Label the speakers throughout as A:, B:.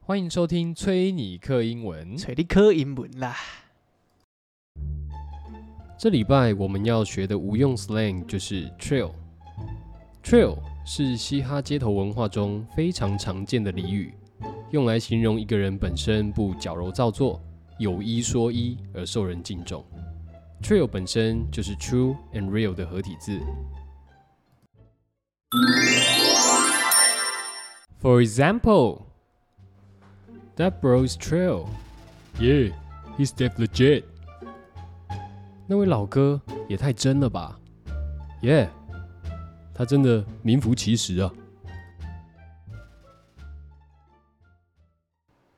A: 欢迎收听崔尼克英文。
B: 找你考英文啦。
A: 这礼拜我们要学的无用 slang 就是 trail。trail 是嘻哈街头文化中非常常见的俚语，用来形容一个人本身不矫揉造作、有一说一而受人敬重。trail 本身就是 true and real 的合体字。For example, that bro's trail. Yeah, he's def legit. 那位老哥也太真了吧！耶、他真的名副其实啊。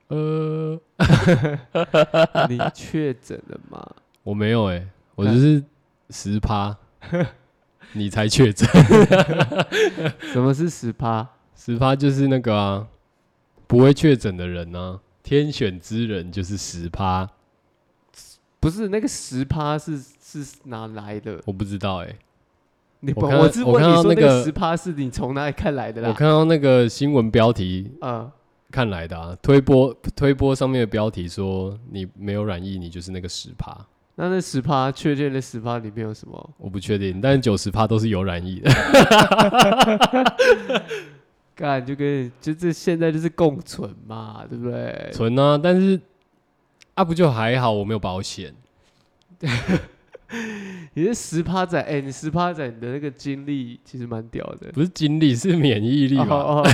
A: 呃，
B: 啊你确诊了吗？
A: 我没有哎、我只是十趴，你才确诊。
B: 什么是十趴？
A: 十趴就是那个啊，不会确诊的人啊，天选之人就是十趴。
B: 不是那个十趴是是哪来的？
A: 我不知道哎、
B: 你
A: 我
B: 不
A: 看
B: 我是
A: 我
B: 问
A: 看
B: 你
A: 到
B: 说
A: 那
B: 那
A: 个
B: 个十趴是你从哪里看来的
A: 我
B: 啦？
A: 看到那个新闻标题
B: 嗯，
A: 看来的啊，推播推播上面的标题说你没有染疫，你就是那个十趴。
B: 那那十趴确认的十趴里面有什么？
A: 我不确定，但是九十趴都是有染疫的。
B: 干就跟就这现在就是共存嘛，对不对？
A: 存啊，但是啊不就还好，我没有保险。
B: 你是十趴仔，哎、你十趴仔你的那个经历其实蛮屌的。
A: 不是经历，是免疫力吧？
B: 哦哦，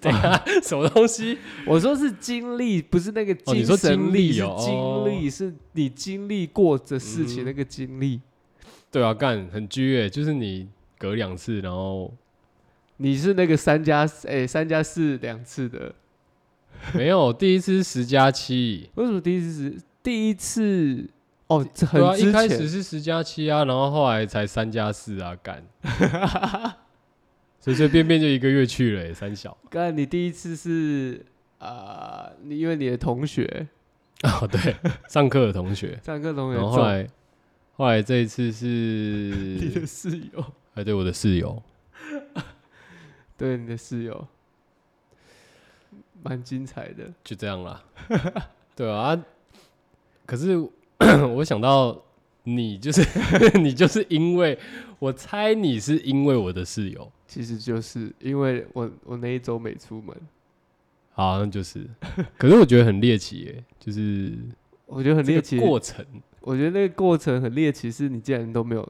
A: 对啊， 什么东西？
B: 我说是经历，不是那个
A: 哦
B: 精
A: 你说
B: 神
A: 经
B: 力，
A: 历哦
B: 是经历，是你经历过的事
A: 嗯
B: 情那个经历。
A: 对啊，干很拘诶、就是你隔两次，然 后
B: 你是那个三加哎三加四两次的，
A: 没有第一次是十加七，
B: 为什么第一次是第一次？哦，这很
A: 对啊，一
B: 之
A: 开
B: 前
A: 始是十加七啊，然后后来才三加四啊，干，随随便便就一个月去了、欸，三 小
B: 刚才你第一次是啊，你、因为你的同学
A: 哦，对，上课的同 学，
B: 上课同学
A: 然后后
B: 撞
A: 来后来这一次
B: 你
A: 是
B: 的室友，
A: 哎，对，我的室友。
B: 对你的室友，蛮精彩的。
A: 就这样啦。 对啊，啊可是 我想到你，就是你，就是 因为我猜你是因为我的室友，
B: 其实就是因为我我那一周没出门，
A: 好像就是。可是我觉得很猎奇耶、就是
B: 我觉得很
A: 这
B: 猎
A: 个
B: 奇。
A: 过程。
B: 我觉得那个过程很猎奇，是你竟然都没有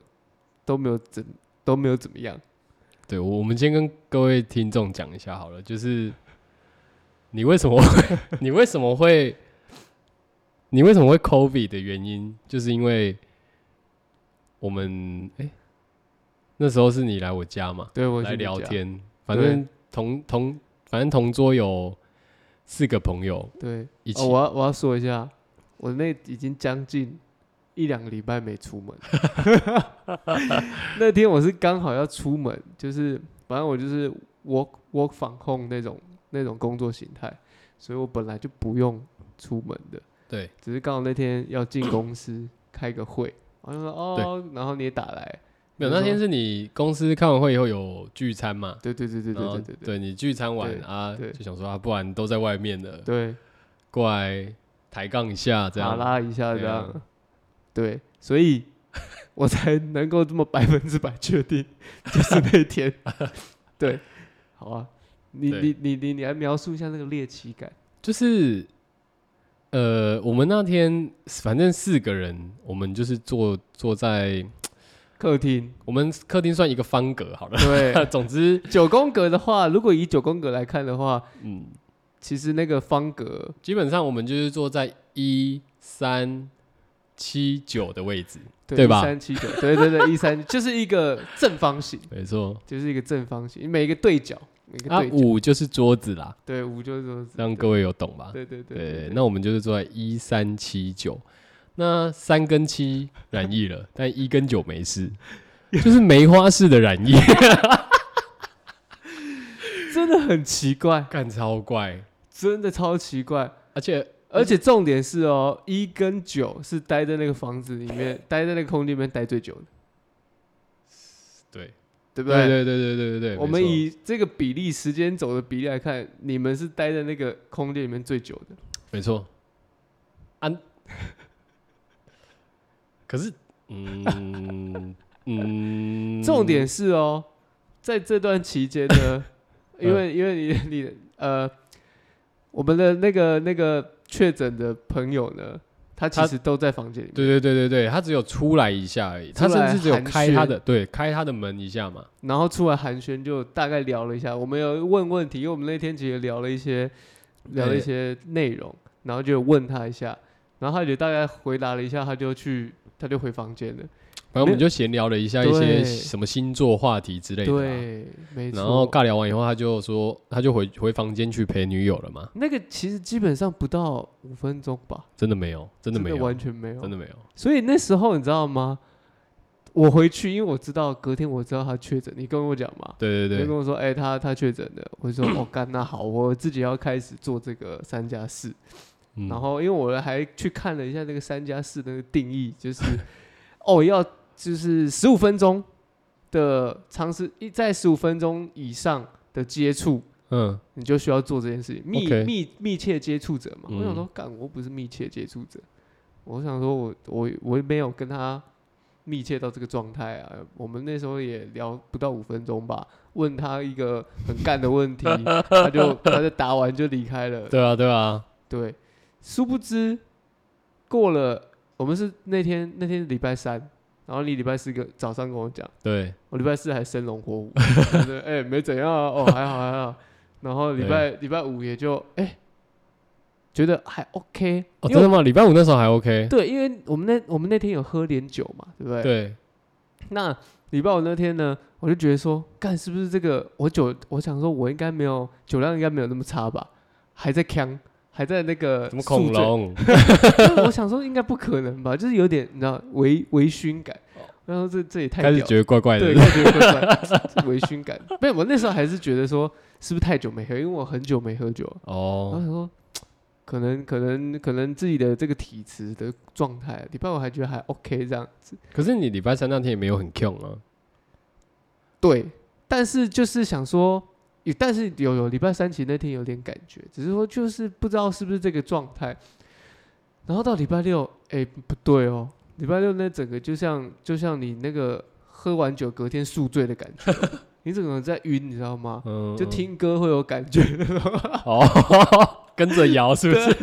B: 都没有怎都没有怎么样。
A: 对，我我们先跟各位听众讲一下好了，就是你为什么会， 你为什么会，你为什么会 COVID 的原因，就是因为我们哎、那时候是你来我家嘛，
B: 对我去
A: 来
B: 你
A: 聊
B: 家，
A: 天，反
B: 对
A: 正同同反正同桌有四个朋友
B: 对，
A: 一起，
B: 哦，我要我要说一下，我那已经将近一两个礼拜没出门。 那天我是刚好要出门，就是反正我就是 work work from home 那种那种工作形态，所以我本来就不用出门的，
A: 对
B: 只是刚好那天要进公司开个会，我就说哦，然后你也打来，
A: 没有
B: 那时候
A: 那天是你公司开完会以后有聚餐嘛，
B: 对对对对对
A: 然后
B: 对对对
A: 对你聚餐完
B: 对
A: 啊，
B: 对
A: 就想说啊，不然都在外面了，
B: 对。
A: 过来抬杠一下这
B: 打
A: 样，
B: 拉一下
A: 对
B: 这
A: 啊
B: 样， 对，所以 我才能够这么百分之百确定，就是那 一天。对，好啊，你
A: 对
B: 你你你你来描述一下那个猎奇感。
A: 就是。呃，我们那天反正四个人，我们就是坐坐在
B: 客厅，
A: 我们客厅算一个方格好了。
B: 对，
A: 总之，
B: 九宫格的话，如果以九宫格来看的话，
A: 嗯，
B: 其实那个方格，
A: 基本上我们就是坐在一三七九的位置，对吧
B: 一三七九，对对对，一三就是一个正方形，
A: 没错。
B: 就是一个正方形，每一个对角，每个
A: 啊，
B: 对角，
A: 五就是桌子啦，
B: 对五就是说是，
A: 让各位有懂吧？
B: 对对对
A: 对
B: 对，，
A: 那我们就是坐在一三七九，那三跟七染疫了， 但一跟九没事，就是梅花式的 染疫，
B: 真的很奇怪，
A: 干超怪，
B: 真的超奇怪。
A: 而且
B: 而且重点是哦，一跟九是 待在那个房子里面，待在那个空间里面待最久的。
A: 对
B: 对不
A: 对对对对对对对，
B: 我
A: 没
B: 们
A: 错
B: 以这个比例时间轴的比例来看，你们是待在那个空间里面最久的。
A: 没错，安、 可是，嗯 嗯，
B: 重点是哦，在这段期间 呢，
A: 嗯
B: 因为因为你你呃，我们的那个那个确诊的朋友呢，他其
A: 他
B: 实都在房间里面，
A: 对对对对对，他只有出来一下而已，他
B: 出
A: 甚
B: 来
A: 至只有
B: 寒
A: 开他的对开他的门一下嘛，
B: 然后出来寒暄就大概聊了一下，我们有问问题，因为我们那天其实聊了一些聊了一
A: 对
B: 些内容，然后就有问他一下，然后他就大概回答了一下，他就去他就回房间了。
A: 反正我们就闲聊了一下一些
B: 对
A: 什么星座话题之类的啊、
B: 对，没错。
A: 然后尬聊完以后，他就说他就回回房间去陪女友了嘛，
B: 那个其实基本上不到五分钟吧，
A: 真的没有，真的没有，
B: 完全没有，
A: 真的没有，
B: 所以那时候你知道吗？我回去，因为我知道隔天我知道他确诊，你跟我讲嘛，
A: 对
B: 你
A: 对
B: 就
A: 对
B: 跟我说，哎、他他确诊了，我就说，哦，干，那好，我自己要开始做这个三加四。
A: 嗯，
B: 然后因为我还去看了一下那个三加四那个定义，就是 哦，要就是十五分钟的尝试，一在十五分钟以上的接触，
A: 嗯，
B: 你就需要做这件事情，密
A: OK
B: 密密切接触者嘛。
A: 嗯
B: 我想说，干，我不是密切接触者，我想说我我我没有跟他密切到这个状态啊。我们那时候也聊不到五分钟吧，问他一个很干 的问题，他就他就答完就离开了。
A: 对啊对啊，
B: 对，殊不知过了，我们是那天那天礼拜三，然后你礼拜四个早上跟我讲。
A: 对，
B: 我礼拜四还生龙活 虎，对不对哎、没怎样啊，哦，还好还好。然后礼拜礼拜五也就哎、觉得还 OK，、
A: 哦
B: 因
A: 真
B: 为
A: 的吗？礼拜五那时候还 OK，
B: 对，因为我们那我们那天有喝点酒嘛，对不对？
A: 对
B: 那礼拜五那天呢，我就觉得说，干是不是这个我酒，我想说我应该没有酒量应该没有那么差吧，还在呛，还在那个
A: 什么恐
B: 宿醉
A: 龙，
B: 对我想说应该不可能吧，就是有点你知道微微醺感
A: 哦，
B: 然后这这也太
A: 开始
B: 屌了
A: 觉得怪怪的
B: 对，，感觉怪怪 的这微醺感。没有，我那时候还是觉得说，是不是太久没喝？因为我很久没喝酒了，然后
A: 哦，
B: 想说，可能可能可能自己的这个体质的状态，礼拜五还觉得还 OK 这样子。
A: 可是你礼拜三那天也没有很 c 啊，
B: 对，但是就是想说，也但是有有礼拜三其实那天有点感觉，只是说就是不知道是不是这个状态。然后到礼拜六，哎、不对哦，礼拜六那整个就像就像你那个喝完酒隔天宿醉的感 觉，你整个人在晕，你知道吗？
A: 嗯，
B: 就
A: 嗯
B: 听歌会有感觉那种。
A: 哦， 跟着摇是不是？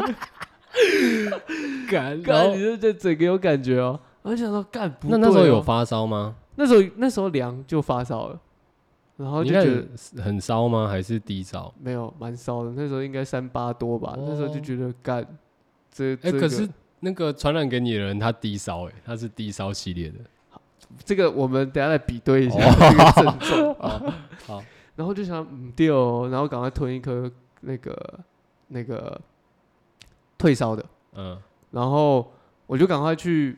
A: 感然
B: 干，
A: 后
B: 你就这整个有感觉哦。我就想说，干不
A: 那那时候
B: 对
A: 有
B: 哦，
A: 发烧吗？
B: 那时候那时候凉就发烧了，然后
A: 你
B: 就觉得
A: 看很烧吗？还是低烧？
B: 没有蛮烧的，那时候应该三八多吧，那时候
A: 哦
B: 就觉得干这
A: 哎，
B: 这
A: 可
B: 个
A: 是那个传染给你的人他低烧，哎，他是低烧系列的。
B: 这个我们等一下来比对一下
A: 哦
B: 这个症状啊。
A: 好，
B: 然后就想嗯对哦，然后赶快吞一颗那个那个退烧的，
A: 嗯，
B: 然后我就赶快
A: 哦
B: 去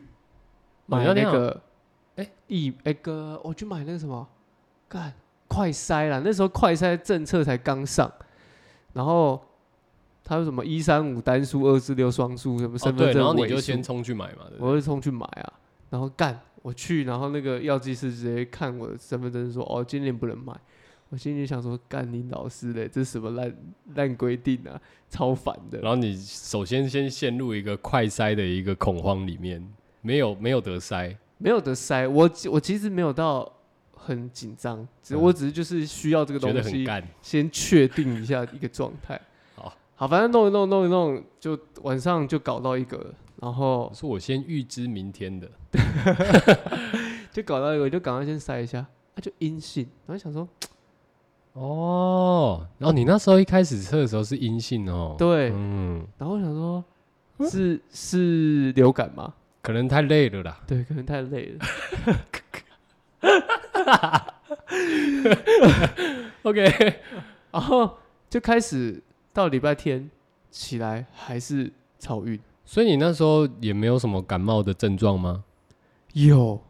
A: 你
B: 买
A: 要那
B: 那
A: 样
B: 个，
A: 哎
B: 疫那个，我去买那个什么，干快筛啦，那时候快筛政策才刚上，然后他有什么一三五单数、二四六双数，什么
A: 哦
B: 身份
A: 对，
B: 证、
A: 然
B: 尾
A: 后
B: 数，
A: 你就先冲去买嘛，对不对
B: 我就冲去买啊，然后干我去，然后那个药剂师直接看我的身份证说，哦，今年不能买。我心里想说，干你老师嘞，这什么烂烂规定啊，超烦的。
A: 然后你首先先陷入一个快筛的一个恐慌里面，没有没有得筛，
B: 没有得塞，我其我其实没有到很紧张，只
A: 嗯
B: 我只是就是需要这个
A: 觉得
B: 东
A: 很
B: 西
A: 干。
B: 先确定一下一个状态。
A: 好，
B: 好，反正弄一弄弄一弄，就晚上就搞到一个了，然后
A: 是我先预知明天的，
B: 就搞到一个，就赶快先塞一下，他、就阴性，然后想说，
A: 哦，然后你那时候一开始测的时候是阴性哦，
B: 对
A: 嗯，
B: 然后我想说，是是流感吗？
A: 可能太累了啦，
B: 对，可能太累了。OK，然 后就开始到礼拜天起来还是超晕，
A: 所以你那时候也没有什么感冒的症状吗？
B: 有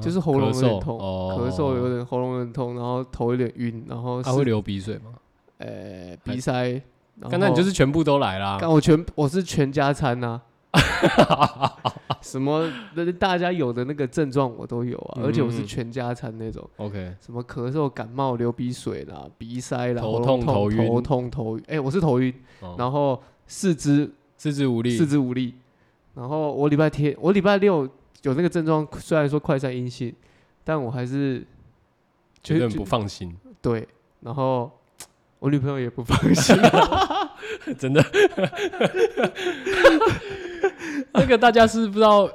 B: 就是
A: 啊
B: 喉咙有
A: 咳
B: 点
A: 嗽
B: 痛，
A: 哦啊
B: 咳嗽有点喉咙有点痛，然后头有点晕，然后
A: 还会
B: 是
A: 流鼻水吗？
B: 呃鼻塞。然
A: 刚才你就
B: 后
A: 是全部都来啦，
B: 干我全我是全家餐呐、啊什么大家有的那个症状我都有啊，而且我
A: 嗯
B: 是全家餐那种，
A: OK，
B: 什么咳嗽、感冒、流鼻水啦、鼻塞啦、
A: 头
B: 喉咙
A: 痛
B: 痛、
A: 头晕
B: 头痛、头晕。哎，我是头晕，
A: 哦
B: 然后四肢
A: 四肢无力，
B: 四肢无力，然后我礼拜天，我礼拜六有那个症状，虽然说快筛阴性，但我还是
A: 绝对
B: 就
A: 不放心，
B: 对，然后我女朋友也不放 心，
A: 真的。 那个大家是不知道，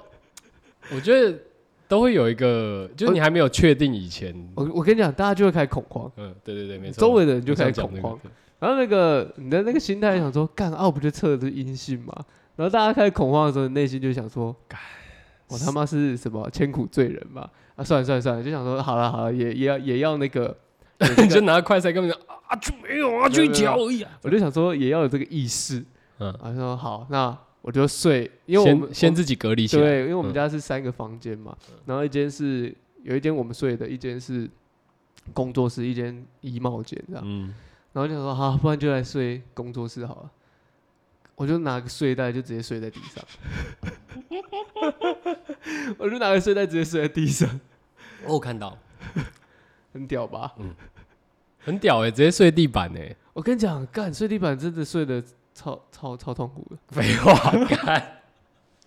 A: 我觉得都会有一个，就是你还没有确定以前，
B: 我我跟你讲，大家就会开始恐慌，
A: 嗯，对对对，没错，
B: 周围的人就
A: 我
B: 开
A: 想
B: 始
A: 讲
B: 恐
A: 那个
B: 慌， 然后那个你的那个心态想说，干啊，我不就测的是阴性嘛？然后大家开始恐慌的时候，你内心就想说，干，我他妈是什么千古罪人嘛？啊，算了算了算了，就想说，好了好了，也也要也要 那个，有这
A: 对
B: 个
A: 你就拿快塞根本就啊，就没有啊，就一条而已啊。
B: 我就想说也要有这个意识。
A: 嗯，
B: 啊，说好，那我就睡，因为我们
A: 先先自己隔离起来，
B: 对，因为我
A: 嗯
B: 们家是三个房间嘛，然后一间是有一间我们睡的，一间是工作室，一间衣帽间这样。
A: 嗯，
B: 然后就想说，好、不然就来睡工作室好了。我就拿个睡袋，就直接睡在地上。 我就拿个睡袋，直接睡在地上，
A: 我有看到，
B: 很屌吧？
A: 很屌哎，直接睡地板哎，
B: 我跟你讲，干睡地板真的睡得超超超痛苦的，
A: 废话，干，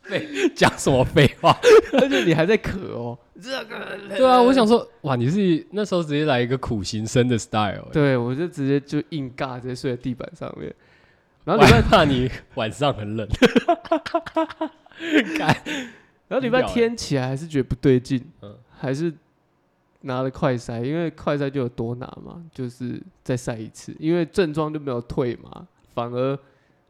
A: 废讲什么废 话？
B: 而且你还在咳哦。
A: 对啊，我想说，哇，你是那时候直接来一个苦行僧的 style，欸
B: 对，我就直接就硬尬，直接睡在地板上面。然
A: 我
B: 后礼
A: 还
B: 拜，
A: 怕你 晚上很冷。干
B: 然后礼拜
A: 很屌欸
B: 天起来还是觉得不对劲，
A: 嗯
B: 还是拿了快筛，因为快筛就有多拿嘛，就是再筛一次，因为症状就没有退嘛，反而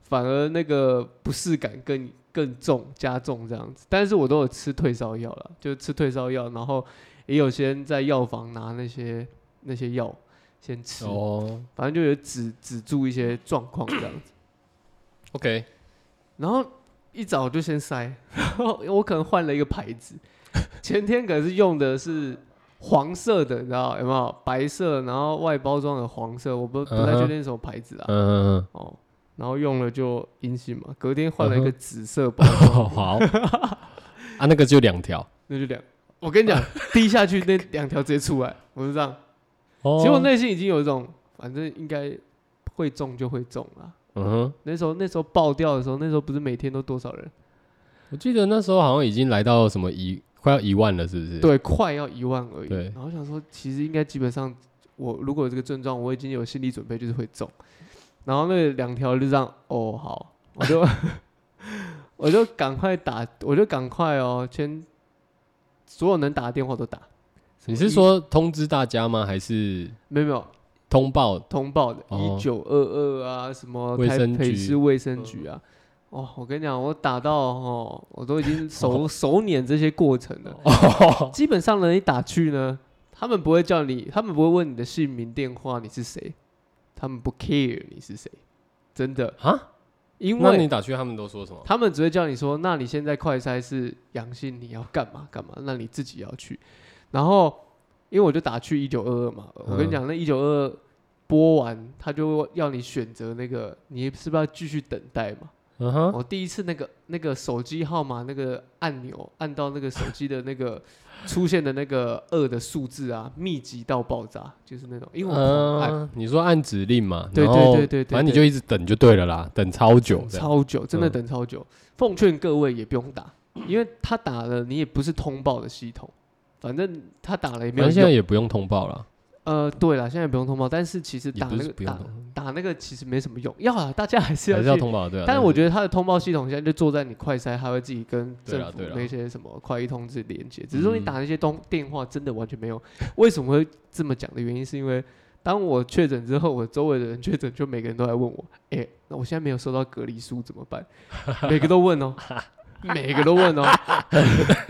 B: 反而那个不适感更更重加重这样子。但是我都有吃退烧药了，就吃退烧药，然后也有先在药房拿那些那些药先吃，
A: 哦
B: 反正就有止止住一些状况这样子。
A: ，OK，
B: 然后一早就先塞， 然后我可能换了一个牌子，前天可能是用的是黄色的，你知道有没有？白色，然后外包装的黄色，我不不太
A: 嗯哼
B: 确定是什么牌子啊。
A: 嗯，
B: 哦，然后用了就阴性嘛，隔天换了一个
A: 嗯
B: 紫色包 装，
A: 好啊，那个就两条。
B: 那就两。我跟你讲，滴下去那两条直接出来，我就这样。
A: 哦
B: 其实我内心已经有一种，反正应该会中就会中啦。
A: 嗯哼，
B: 那时候那时候爆掉的时候，那时候不是每天都多少人？
A: 我记得那时候好像已经来到什么一快要一万了，是不是？
B: 对，快要一万而已。
A: 对
B: 然后想说，其实应该基本上，我如果有这个症状，我已经有心理准备，就是会中。然后那两条就这样，哦，好，我就 我就赶快打，我就赶快哦，先所有能打的电话都打。
A: 你是说通知大家吗？还是
B: 没有没有
A: 通报？
B: 通报的，
A: 哦
B: 一九二二啊，什么
A: 卫
B: 台
A: 生
B: 北
A: 局嗯
B: 市卫生局啊。哦，我跟你讲，我打到哦，我都已 经手手捻这些过程了。
A: 哦，
B: 基本上呢，你打去呢，他们不会叫你，他们不会问你的姓名、电话，你是谁，他们不 care 你是谁，真的，
A: 啊？
B: 因
A: 那你
B: 为
A: 打去他们都说什么？
B: 他们只会叫你说，那你现在快筛是阳性，你要干嘛干嘛，那你自己要去。然后，因为我就打去一九二二嘛，我
A: 嗯
B: 跟你讲，那一九二二播完，他就要你选择那个，你是不是要继续等待嘛？
A: 嗯哼，
B: 我第一次那个那个手机号码那个按钮按到那个手机的那个出现的那个二的数字啊，密集到爆炸，就是那种，因为我狂按、
A: 嗯，你说按指令嘛？
B: 对
A: 然后
B: 对对对对
A: 反正你就一直等就对了啦，等超久这样。
B: 超久，真的
A: 嗯
B: 等超久。奉劝各位也不用打，因为他打了你也不是通报的系统，反正他打了也
A: 反
B: 没有
A: 正现在
B: 用。
A: 也不用通报了，
B: 呃，对了，现在不用通报，但是其实
A: 也
B: 打
A: 不
B: 那
A: 是
B: 个
A: 不用
B: 打
A: 通
B: 打那个其实没什么用，要啊，大家还是
A: 报，还
B: 要去
A: 是要通报对啊。
B: 但是我觉得它的通报系统现在就坐在你快筛，它会自己跟
A: 对啦
B: 政府
A: 对啦
B: 那些什么快易通知连接。只是说你
A: 嗯
B: 打那些通电话真的完全没有。为什么会这么讲的原因，是因为当我确诊之后，我周围的人确诊，就每个人都来问我，哎、那我现在没有收到隔离书怎么办？每个都问哦，每个都问哦。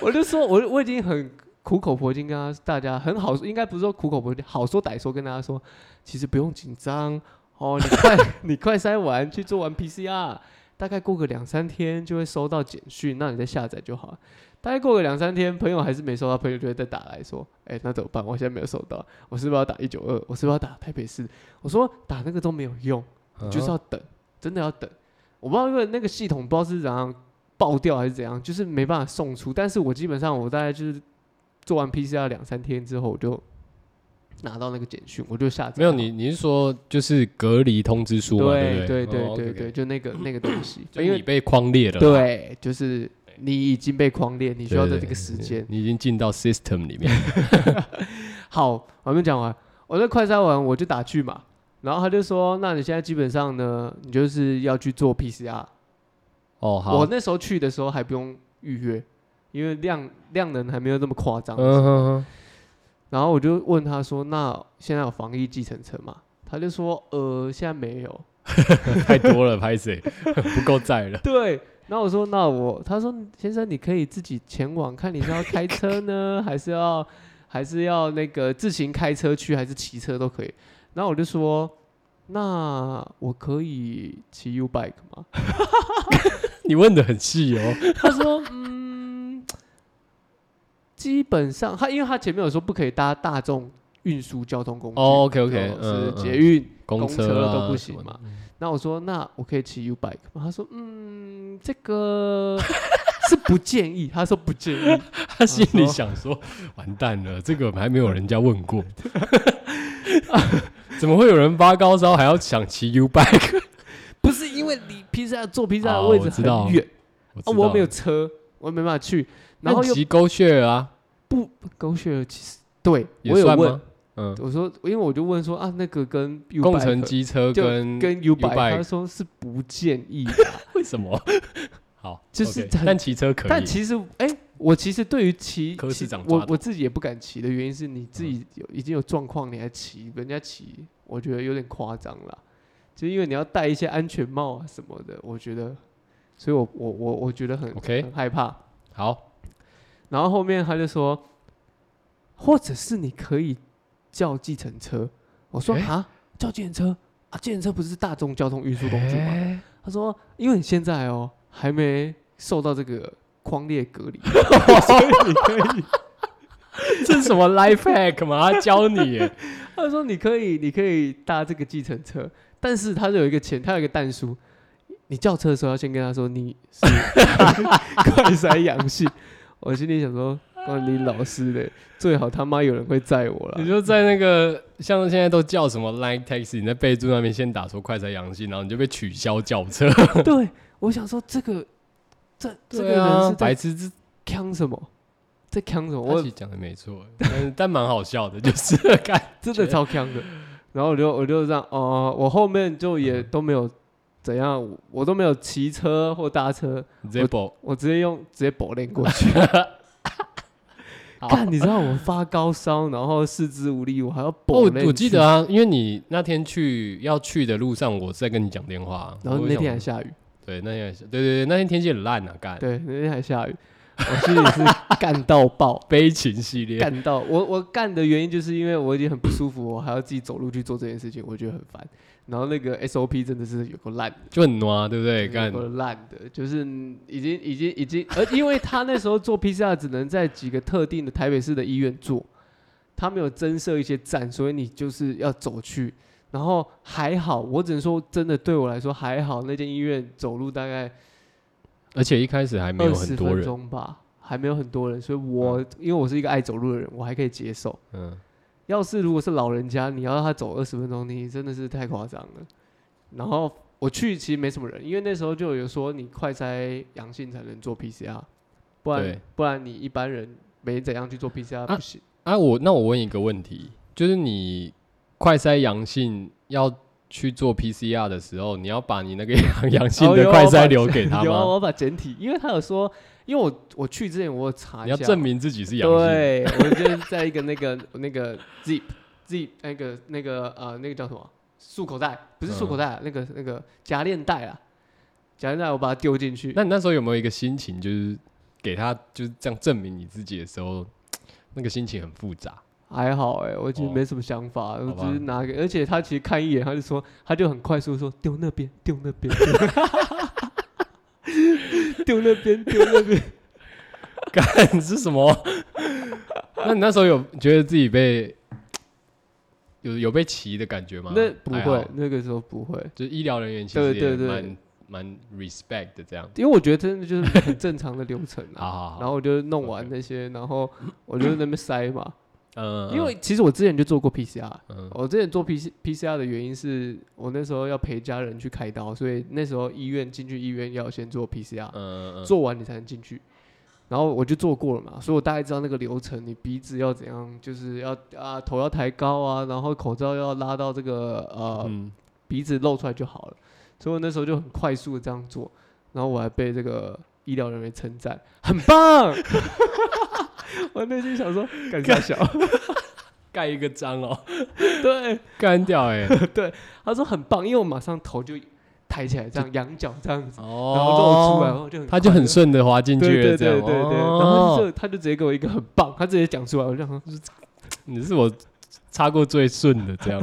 B: 我就说，我我已经很苦口婆心跟他大家很好，应该不是说苦口婆心，好说歹说跟大家说，其实不用紧张哦，你快 你快筛完去做完 PCR，大概过个两三天就会收到简讯，那你再下载就好了。大概过个两三天，朋友还是没收到，朋友就会再打来说：“哎、那怎么办？我现在没有收到， 我是不是要打一九二？我是不是要打台北市？”我说打那个都没有用，
A: 得
B: 就是要等，真的要等。我不知道因为那个系统不知道是怎样爆掉还是怎样，就是没办法送出。但是我基本上我大概就是做完 PCR 两三天之后，我就拿到那个简讯，我就下载好。
A: 没有你，你是说就是隔离通知书嘛？对
B: 对
A: 不
B: 对
A: 对
B: 对
A: 哦
B: 对
A: ，OK，OK
B: 对，就那个那个东西，
A: 所以
B: 因
A: 你
B: 为
A: 被框列了啦，
B: 对，就是你已经被框列，你
A: 对，
B: 需要
A: 对
B: 在这个
A: 对
B: 时
A: 对
B: 间。
A: 你已经进到 system 里面。
B: 好，我还没讲完，我在快筛完我就打去嘛，然后他就说，那你现在基本上呢，你就是要去做 PCR。
A: 哦，好
B: 我，那时候去的时候还不用预约，因为量量能还没有那么夸张。
A: 嗯 哼哼，
B: 然后我就问他说，那现在有防疫计程车吗？他就说，呃，现在没有。
A: 太多了，拍谁 不够载了。
B: 对，然后我说那我，他说先生你可以自己前往，看你是要开车呢，还是要还是要那个自行开车去，还是骑车都可以。然后我就说，那我可以骑 U bike 吗？
A: 你问的很细哦，
B: 他说，嗯，基本上他因为他前面有说不可以搭大众运输交通 工具、
A: 哦，OK，OK，
B: 就是
A: 嗯嗯
B: 捷运、
A: 公
B: 公
A: 车
B: 车
A: 啊
B: 都不
A: 什
B: 行
A: 么的
B: 嘛。那我说那我可以骑 U bike 吗？他说嗯，这个是不建议。他说不建议。
A: 他心里
B: 啊说
A: 想说：“ 完蛋了，这个还没有人家问过， 怎么会有人发高烧还要想骑 U bike？”
B: 不是因为你披萨做披萨
A: 啊
B: 的位
A: 我
B: 置
A: 知
B: 很
A: 道
B: 远
A: 我
B: 啊，
A: 知道
B: 我又没有，车，我也没办法去。然后
A: 那
B: 又
A: 骑狗血啊，
B: 狗血，其实对
A: 也
B: 我有
A: 算
B: 问
A: 吗，？嗯，
B: 我说因为我就问说啊，那个跟 U
A: 共乘
B: bike
A: 机车
B: 就
A: 跟
B: 跟 U bike，
A: bike
B: 他说是不建议的。
A: 为什么？好，
B: 就是很
A: OK，但骑车可以，
B: 但其实，哎、我其实对于骑
A: 柯市
B: 骑
A: 长抓
B: 我
A: 头
B: 我自己也不敢骑的原因是你自己有已经有状况，你还骑，人家骑，我觉得有点夸张了。就因为你要戴一些安全帽啊什么的，我觉得，所以我我我我觉得很
A: OK
B: 很害怕。
A: 好，
B: 然后后面他就说，或者是你可以叫计程车。我说
A: 诶
B: 啊，叫计程车啊，计程车不是大众交通运输
A: 欸
B: 工具吗？他说，因为你现在哦还没受到这个框列隔 离，所以你可以。
A: 这是什么 life hack 吗？他教你 耶，
B: 他说你可以，你可以搭这个计程车，但是他有一个前，他有一个蛋叔，你叫车的时候要先跟他说你是 快筛阳性。 我心里想说，哇，你老师嘞，最好他妈有人会载我
A: 你
B: 了。
A: 就在那个像现在都叫什么 line taxi，你在备注那边先打出快才阳性，然后你就被取消叫车。
B: 对，啊我想说这个，这这个
A: 对啊
B: 人是
A: 白
B: 在
A: 痴之
B: 呛什么？在呛什么？
A: 我
B: 我
A: 其实讲的没错，但 但蛮好笑的，就是 看
B: 真的超强的。然后我就我就这样，哦、我后面就也
A: 嗯
B: 都没有怎样，我我都没有骑车或搭车，
A: Zippo
B: 我直接用直接bỏ 练 过去。看，你知道我发高烧，然后四肢无力，我还要
A: 哦，
B: bỏ
A: 我
B: 练、
A: 我记得，啊，因为你那天去要去的路上，我是在跟你讲电话啊，
B: 然后
A: 我
B: 那
A: 想
B: 天还下雨，
A: 对那天还是对对对，那天天气很烂啊，干
B: 对，那天还下 雨，我心里是干到爆，
A: 悲情系列，
B: 干到我我干的原因就是因为我已经很不舒服，我还要自己走路去做这件事情，我觉得很烦。然后那个 SOP 真的是有个烂。
A: 就很暖，对不对？
B: 有
A: 干
B: 够烂的，就是已经已经已经，而因为他那时候做 PCR 只能在几个特定的台北市的医院做，他没有增设一些站，所以你就是要走去。然后还好，我只能说真的对我来说还好，那间医院走路大概
A: 而且一开始还没
B: 二
A: 有
B: 十
A: 很多
B: 分
A: 人，
B: 钟吧，还没有很多人，所以我、因为我是一个爱走路的人，我还可以接受。
A: 嗯，
B: 要是如果是老人家，你要让他走二十分钟，你真的是太夸张了。然后我去其实没什么人，因为那时候就有说你快筛阳性才能做 PCR，不然
A: 对
B: 不然你一般人没怎样去做 PCR 不行。
A: 啊，我那我问一个问题，就是你快筛阳性要去做 PCR 的时候，你要把你那个阳阳性
B: 哦
A: 的
B: 有
A: 快
B: 我把
A: 筛留给他
B: 有啊，
A: 吗？
B: 我把简体，因为他有说，因为我我去之前我有查一
A: 你
B: 下，
A: 要证明自己是阳性，
B: 对，我就是在一个那个 那个 zip zip 那个那个呃那个叫什么束口袋，不是束口袋啊、那个那个夹链袋啊，夹链袋我把它丢进去。
A: 那你那时候有没有一个心情，就是给他就是这样证明你自己的时候，那个心情很复杂？
B: 还好哎、我其实
A: 哦
B: 没什么想法，我
A: 好吧
B: 只是拿给，而且他其实看一眼，他就说，他就很快速地说丢那边，丢那边， 丢那边，丢 那边。
A: 干是什么？那你那时候有觉得自己被有有被骑的感觉吗？
B: 那不
A: 还好
B: 会，，那个时候不会。
A: 就是医疗人员其
B: 对
A: 实也
B: 对对
A: 蛮蛮 respect 的这样。
B: 因为我觉得真的就是很正常的流程
A: 好
B: 啊。
A: 好好，
B: 然后我就弄完
A: OK
B: 那些，然后我就在那边塞嘛。
A: 嗯，
B: 因为其实我之前就做过 PCR，
A: 嗯
B: 我之前做 P C P C R 的原因是我那时候要陪家人去开刀，所以那时候医院进去医院要先做 P C R，、
A: 嗯
B: 做完你才能进去。然后我就做过了嘛，所以我大概知道那个流程，你鼻子要怎样，就是要啊头要抬高啊，然后口罩要拉到这个呃、
A: 嗯
B: 鼻子露出来就好了。所以我那时候就很快速的这样做，然后我还被这个医疗人员称赞，很棒。我内心想说，干啥小？
A: 盖一个章哦，
B: 对，
A: 干掉哎，
B: 他说很棒，因为我马上头就抬起来，这样仰角这样子，然后露出来，然
A: 哦，
B: 后就很
A: 他就很
B: 快乐
A: 顺的滑进去
B: 对
A: 了，
B: 对对
A: 这样
B: 对对，然后
A: 哦
B: 就他就直接给我一个很棒，他直接讲出来，我就想说，
A: 你是我擦过最顺的 这样，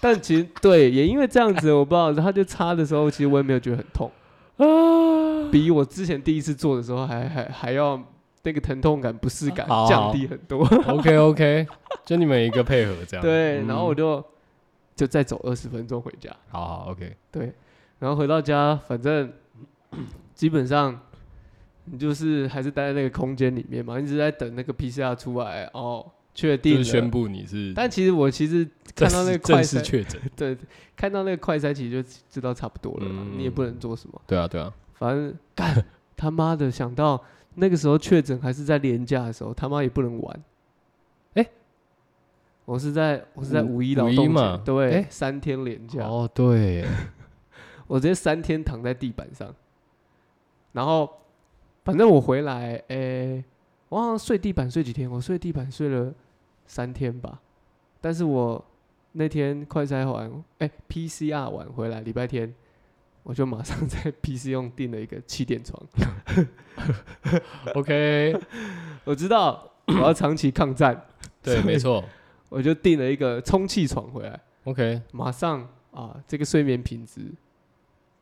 B: 但其实对，也因为这样子，我不知道他就插的时候，其实我也没有觉得很 痛，
A: 啊，
B: 比我之前第一次做的时候还还还要那个疼痛感、不适感
A: 好好
B: 降低很多。
A: OK OK，就你们一个配合这样。
B: 对，然后我
A: 就
B: 就就再走二十分钟回家，
A: 好好 OK，
B: 对，然后回到家，反正 基本上你就是还是待在那个空间里面嘛，一直在等那个 PCR 出来哦，确
A: 就
B: 定
A: 是宣
B: 了。
A: 布你是
B: 但其实我其实
A: 正
B: 看到那
A: 式
B: 个快
A: 正式
B: 筛，
A: 确诊。
B: 对，看到那个快筛，其实就知道差不多了啦，你也
A: 嗯
B: 不能做什么。
A: 对啊对啊，
B: 反正干他妈的，想到那个时候确诊还是在年假的时候，他妈也不能玩。
A: 诶
B: 我是在我是在
A: 五
B: 五一
A: 五
B: 劳
A: 一
B: 动节
A: 嘛
B: 对，
A: 诶
B: 三天连假。
A: 哦对耶，
B: 我直接三天躺在地板上，然后反正我回来，诶、我好像睡地板睡几天，我睡地板睡了三天吧，但是我那天快筛完，诶、p c r 完回来，礼拜天我就马上在 PC 用订了一个气垫床，
A: OK，
B: 我知道我要长期抗战，
A: 对，没错
B: 我就订了一个充气床回来，
A: ，OK，
B: 马上啊，这个睡眠品质，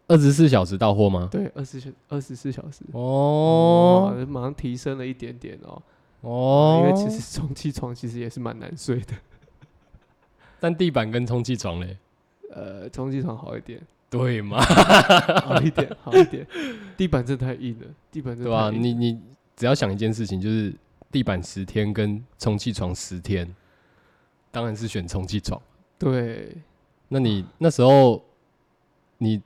A: 二十四小时到货吗？
B: 对，二十小二十四小时。
A: 哦
B: 哇马上提升了一点点哦，
A: 哦，
B: 因为其实充气床其实也是蛮难睡的，
A: 但地板跟充气床嘞，
B: 呃，充气床好一点，
A: 对吗？
B: 好一点，好一点，地板真的太硬了，地板 真
A: 对
B: 的
A: 吧？
B: 太硬了
A: 你你只要想一件事情，就是地板十天跟充气床十天，当然是选充气床。
B: 对
A: 那你那时候你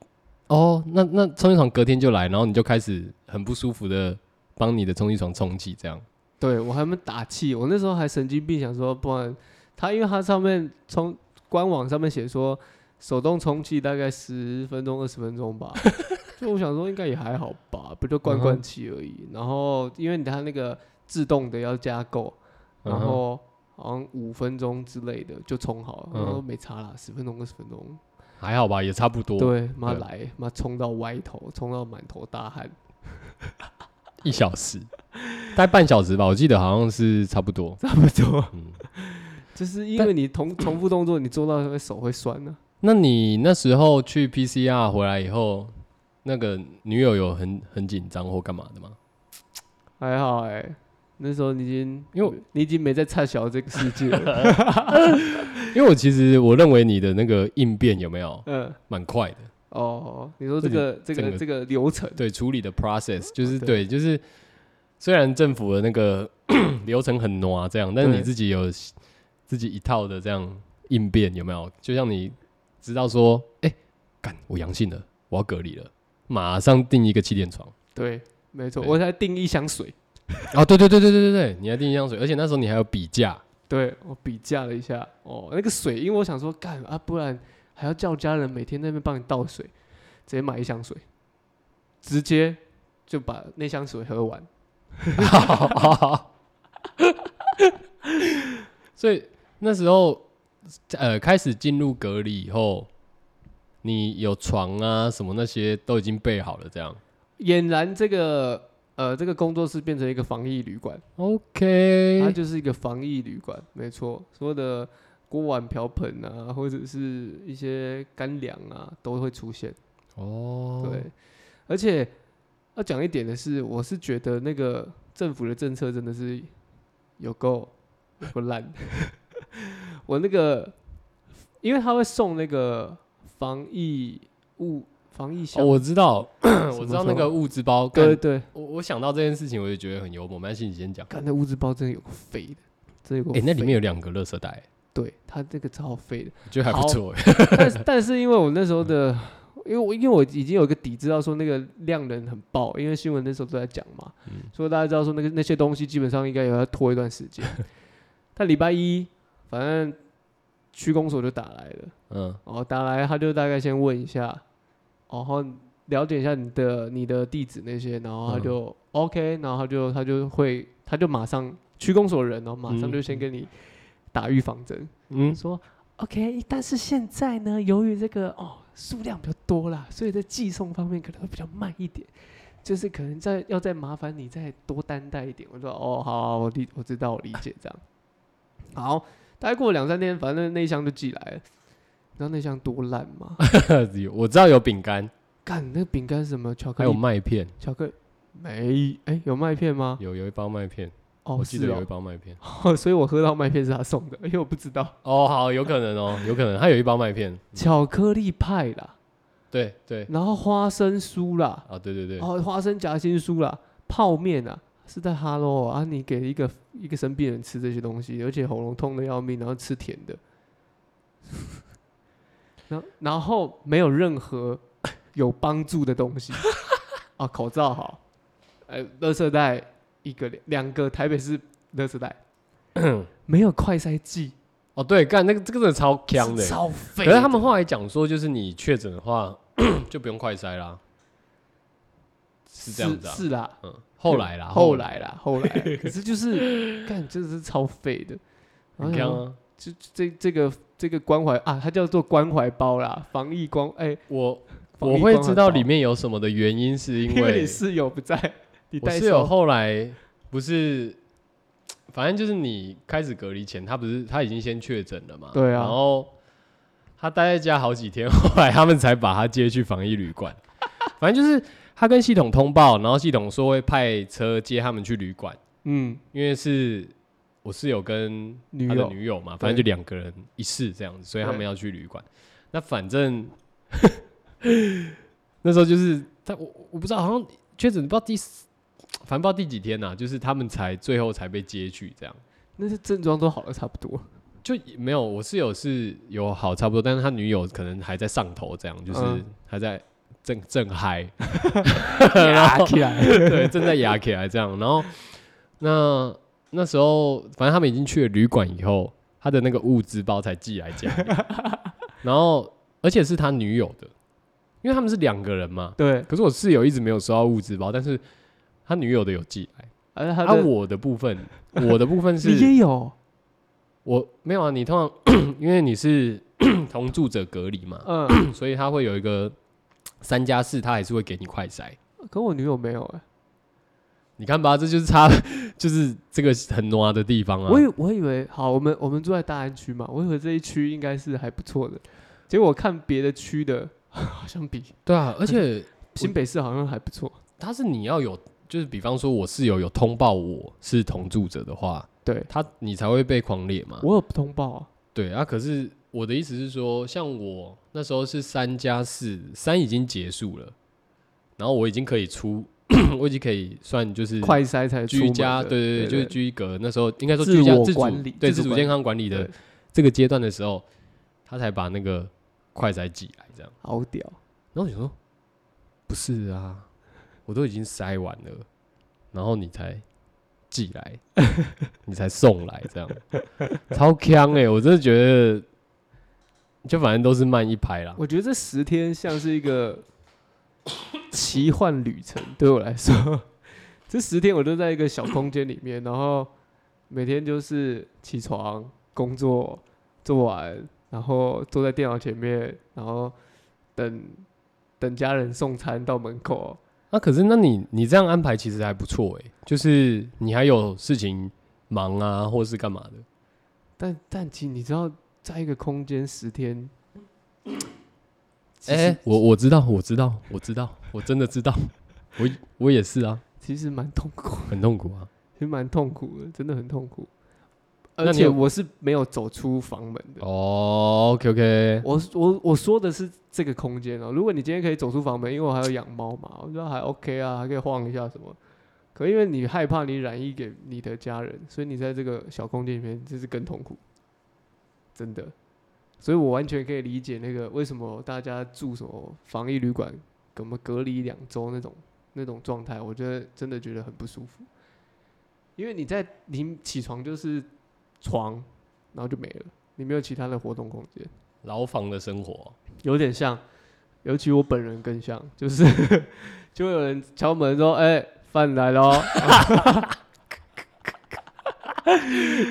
A: 哦，那那充气床隔天就来，然后你就开始很不舒服的帮你的充气床充气，这样
B: 对，我还没打气，我那时候还神经病，想说不然它因为它上面充官网上面写说手动充气大概十分钟二十分钟吧， 就我想说应该也还好吧，不就灌
A: 嗯
B: 灌
A: 哼
B: 气而已，然后因为你它那个自动的要加购。然
A: 嗯哼
B: 后好像五分钟之类的就冲好了，
A: 嗯
B: 然后没差啦，十分钟二十分钟，
A: 还好吧，也差不多
B: 对，妈
A: 对
B: 来妈冲到歪头，冲到满头大 汗，
A: 一小时，大概半小时吧，我记得好像是差不多。
B: 差不多，
A: 嗯，
B: 就是因
A: 但
B: 为你同重复动作，你做到会手会酸呢、
A: 那你那时候去 PCR 回来以后，那个女友有很很紧张或干嘛的吗？
B: 还好哎、那时候你已经
A: 因为我
B: 你已经没在插小这个世界了，
A: 因为我其实我认为你的那个应变有没有
B: 嗯，
A: 蛮快的，
B: 哦，你说这
A: 这
B: 个这
A: 整
B: 个
A: 个
B: 这个流程，
A: 对处理的 process 就是
B: 啊
A: 哦对，就是虽然政府的那个 流程很挪啊这样，但是
B: 对
A: 你自己有自己一套的这样应变有没有？就像你知道说，哎，干我阳性了，我要隔离了，马上订一个气垫床。
B: 对，没错，
A: 对
B: 我才订一箱水，
A: 哦，对对对对对对对，你还订一箱水，而且那时候你还有比价，
B: 对我比价了一下，哦，那个水，因为我想说干啊，不然还要叫家人每天在那边帮你倒水，直接买一箱水，直接就把那箱水喝完。
A: 所以那时候呃开始进入隔离以后，你有床啊什么那些都已经备好了，这样
B: 俨然这个呃这个工作室变成一个防疫旅馆，它
A: OK
B: 就是一个防疫旅馆，没错，所有的锅碗瓢盆啊，或者是一些干粮啊，都会出现。
A: 哦，
B: 对，而且要讲一点的是，我是觉得那个政府的政策真的是有够有够烂。 我那个，因为他会送那个防疫物防疫箱，
A: 哦，我知 道，我
B: 么
A: 知道那
B: 时候啊
A: 个物资包。
B: 对
A: 跟
B: 对，
A: 我我想到这件事情，我就觉得很幽默。没关系，你先讲。
B: 看那物资包真的有个废的，真的有个
A: 哎、
B: 废。
A: 那里面有两个垃圾袋，
B: 对它这个超废的，
A: 我觉得还不
B: 好
A: 错。哎
B: 但是 但是因为我那时候的，因为我因为我已经有一个底知道说那个量能很爆，因为新闻那时候都在讲嘛，
A: 嗯
B: 所以大家知道说那个那些东西基本上应该也要拖一段时间。 但礼拜一，反正区公所就打来了，
A: 嗯，
B: 哦，打来他就大概先问一下，然后了解一下你的你的地址那些，然后他
A: 嗯
B: 就、OK，然后他就他就会他就马上区公所人哦，马上
A: 嗯
B: 就先跟你打预防针。
A: 嗯，
B: 说 OK，但是现在呢，由于这个哦数量比较多啦，所以在寄送方面可能会比较慢一点，就是可能再要再麻烦你再多担待一点。我说哦，好好我理我知道，我理解这样。好，大概过了两三天，反正那一箱就寄来了。你知道那箱多烂吗？
A: 有我知道有饼干，
B: 干，那饼干什么巧
A: 还
B: 克
A: 有
B: 力，
A: 麦片，
B: 巧克力没？哎、有麦片吗？
A: 有有一包麦片，
B: 哦，
A: 我记得
B: 是
A: 有一
B: 哦
A: 包麦片。
B: 所以我喝到麦片是他送的，因为我不知道、
A: 哦，好，有可能 哦，有可能，它有一包麦片。
B: 巧克力派啦，
A: 对对，
B: 然后花生酥啦，
A: 啊，对对对，
B: 哦，花生夹心酥啦，泡面啊，是在哈喽啊，你给一个一个生病人吃这些东西，而且喉咙痛的要命，然后吃甜的， 然后然后没有任何 有帮助的东西 啊，口罩好，呃，垃圾袋一个两两个，台北市垃 圾袋，没有快筛剂，
A: 哦对，干那个这个真的超强的
B: 是
A: 欸。
B: 超废
A: 可
B: 的，
A: 是他们后来讲说，就是你确诊的 话，就不用快筛啦，是这样子啊。
B: 是啦，
A: 嗯，后来啦，
B: 后来啦，后来 啦，可是就是干，真的是超废的。
A: 很
B: 然后想
A: 强
B: 说
A: 啊。
B: 这这这个这个关怀啊，它叫做关怀包啦，防疫关哎、
A: 我
B: 防疫
A: 我会
B: 关怀
A: 知道
B: 包
A: 里面有什么的原因，是因
B: 因为
A: 为
B: 你室友不在，你
A: 我
B: 带
A: 室友后来不是，反正就是你开始隔离前，他不是他已经先确诊了嘛？
B: 对啊
A: 然后他待在家好几天，后来他们才把他接去防疫旅馆。 反正就是他跟系统通报，然后系统说会派车接他们去旅馆，
B: 嗯
A: 因为是我室友跟
B: 女
A: 他的
B: 友
A: 女友嘛，反正就两个人一室这样子，所以他们
B: 对
A: 要去旅馆。那反正 那时候就是他，我我不知道，好像确诊不知道第四，反正不知道第几天呐、啊就是他们才最后才被接去这样。
B: 那些症状都好了差不 多，
A: 就也没有，我室友是有好差不多，但是他女友可能还在上头，这样就是
B: 嗯
A: 还在正正嗨，
B: 压起来
A: 对，正在压起来这样。然后那那时候，反正他们已经去了旅馆以后，他的那个物资包才寄来家里， 然后而且是他女友的，因为他们是两个人嘛。
B: 对，
A: 可是我室友一直没有收到物资包，但是他女友的有寄来。
B: 而且他
A: 啊，
B: 的、
A: 我的部分，我的 部分
B: 你也
A: 是
B: 有，
A: 我没有啊。你通常因为你是同住者隔离嘛，
B: 嗯，
A: 所以他会有一个三加四，他还是会给你快筛。
B: 可我女友没有 哎、
A: 你看吧，这就是差， 就是这个很挪的地方啊。
B: 我以我以为好，我们我们住在大安区嘛，我以为这一区应该是还不错的，结果我看别的区的 好像比
A: 对啊，而且
B: 新北市好像还不错，
A: 他是你要有，就是比方说我室友有通报我是同住者的话，
B: 对
A: 他你才会被狂列嘛。
B: 我有通报啊，
A: 对啊，可是我的意思是说，像我那时候是三加四，三已经结束了，然后我已经可以出， 我已经可以算就是
B: 快筛才出
A: 居
B: 门
A: 家，
B: 的
A: 对对对，就是居一格。那时候应该说
B: 自
A: 居家
B: 我
A: 自主
B: 管理
A: 对
B: 自
A: 自
B: 主
A: 主
B: 管理
A: 健康管理的
B: 对
A: 这个阶段的时候，他才把那个快筛寄来这样。
B: 好屌，
A: 然后你说不是啊，我都已经筛完了，然后你才寄来， 你才送来，这样超坑哎、我真的觉得，就反正都是慢一拍啦。
B: 我觉得这十天像是一个奇幻旅程，对我来说， 这十天我都在一个小空间里面，然后每天就是起床、工作、做完，然后坐在电脑前面，然后等等家人送餐到门口。
A: 那、啊可是那你你这样安排其实还不错哎、就是你还有事情忙啊，或是干嘛的。
B: 但但其实你知道，在一个空间十天，其
A: 哎、
B: 实
A: 我我知道，我知道，我知道，我真的知道，我我也是啊，
B: 其实蛮痛苦，
A: 很痛苦啊。
B: 其实蛮痛苦的，真的很痛苦。
A: 那
B: 而
A: 你
B: 且
A: 有
B: 我是没有走出房门的。
A: 哦，OK OK，
B: 我我我说的是这个空间哦。如果你今天可以走出房门，因为我还有养猫嘛，我觉得还 OK 啊，还可以晃一下什么。可因为你害怕你染疫给你的家人，所以你在这个小空间里面，这是更痛苦，真的。所以我完全可以理解那个为什么大家住什么防疫旅馆，怎么隔离两周那种那种状态，我觉得真的觉得很不舒服。因为你在你起床就是床，然后就没了，你没有其他的活动空间。
A: 牢房的生活，啊
B: 有点像，尤其我本人更像，就是 就会有人敲门说：“哎、饭来 喽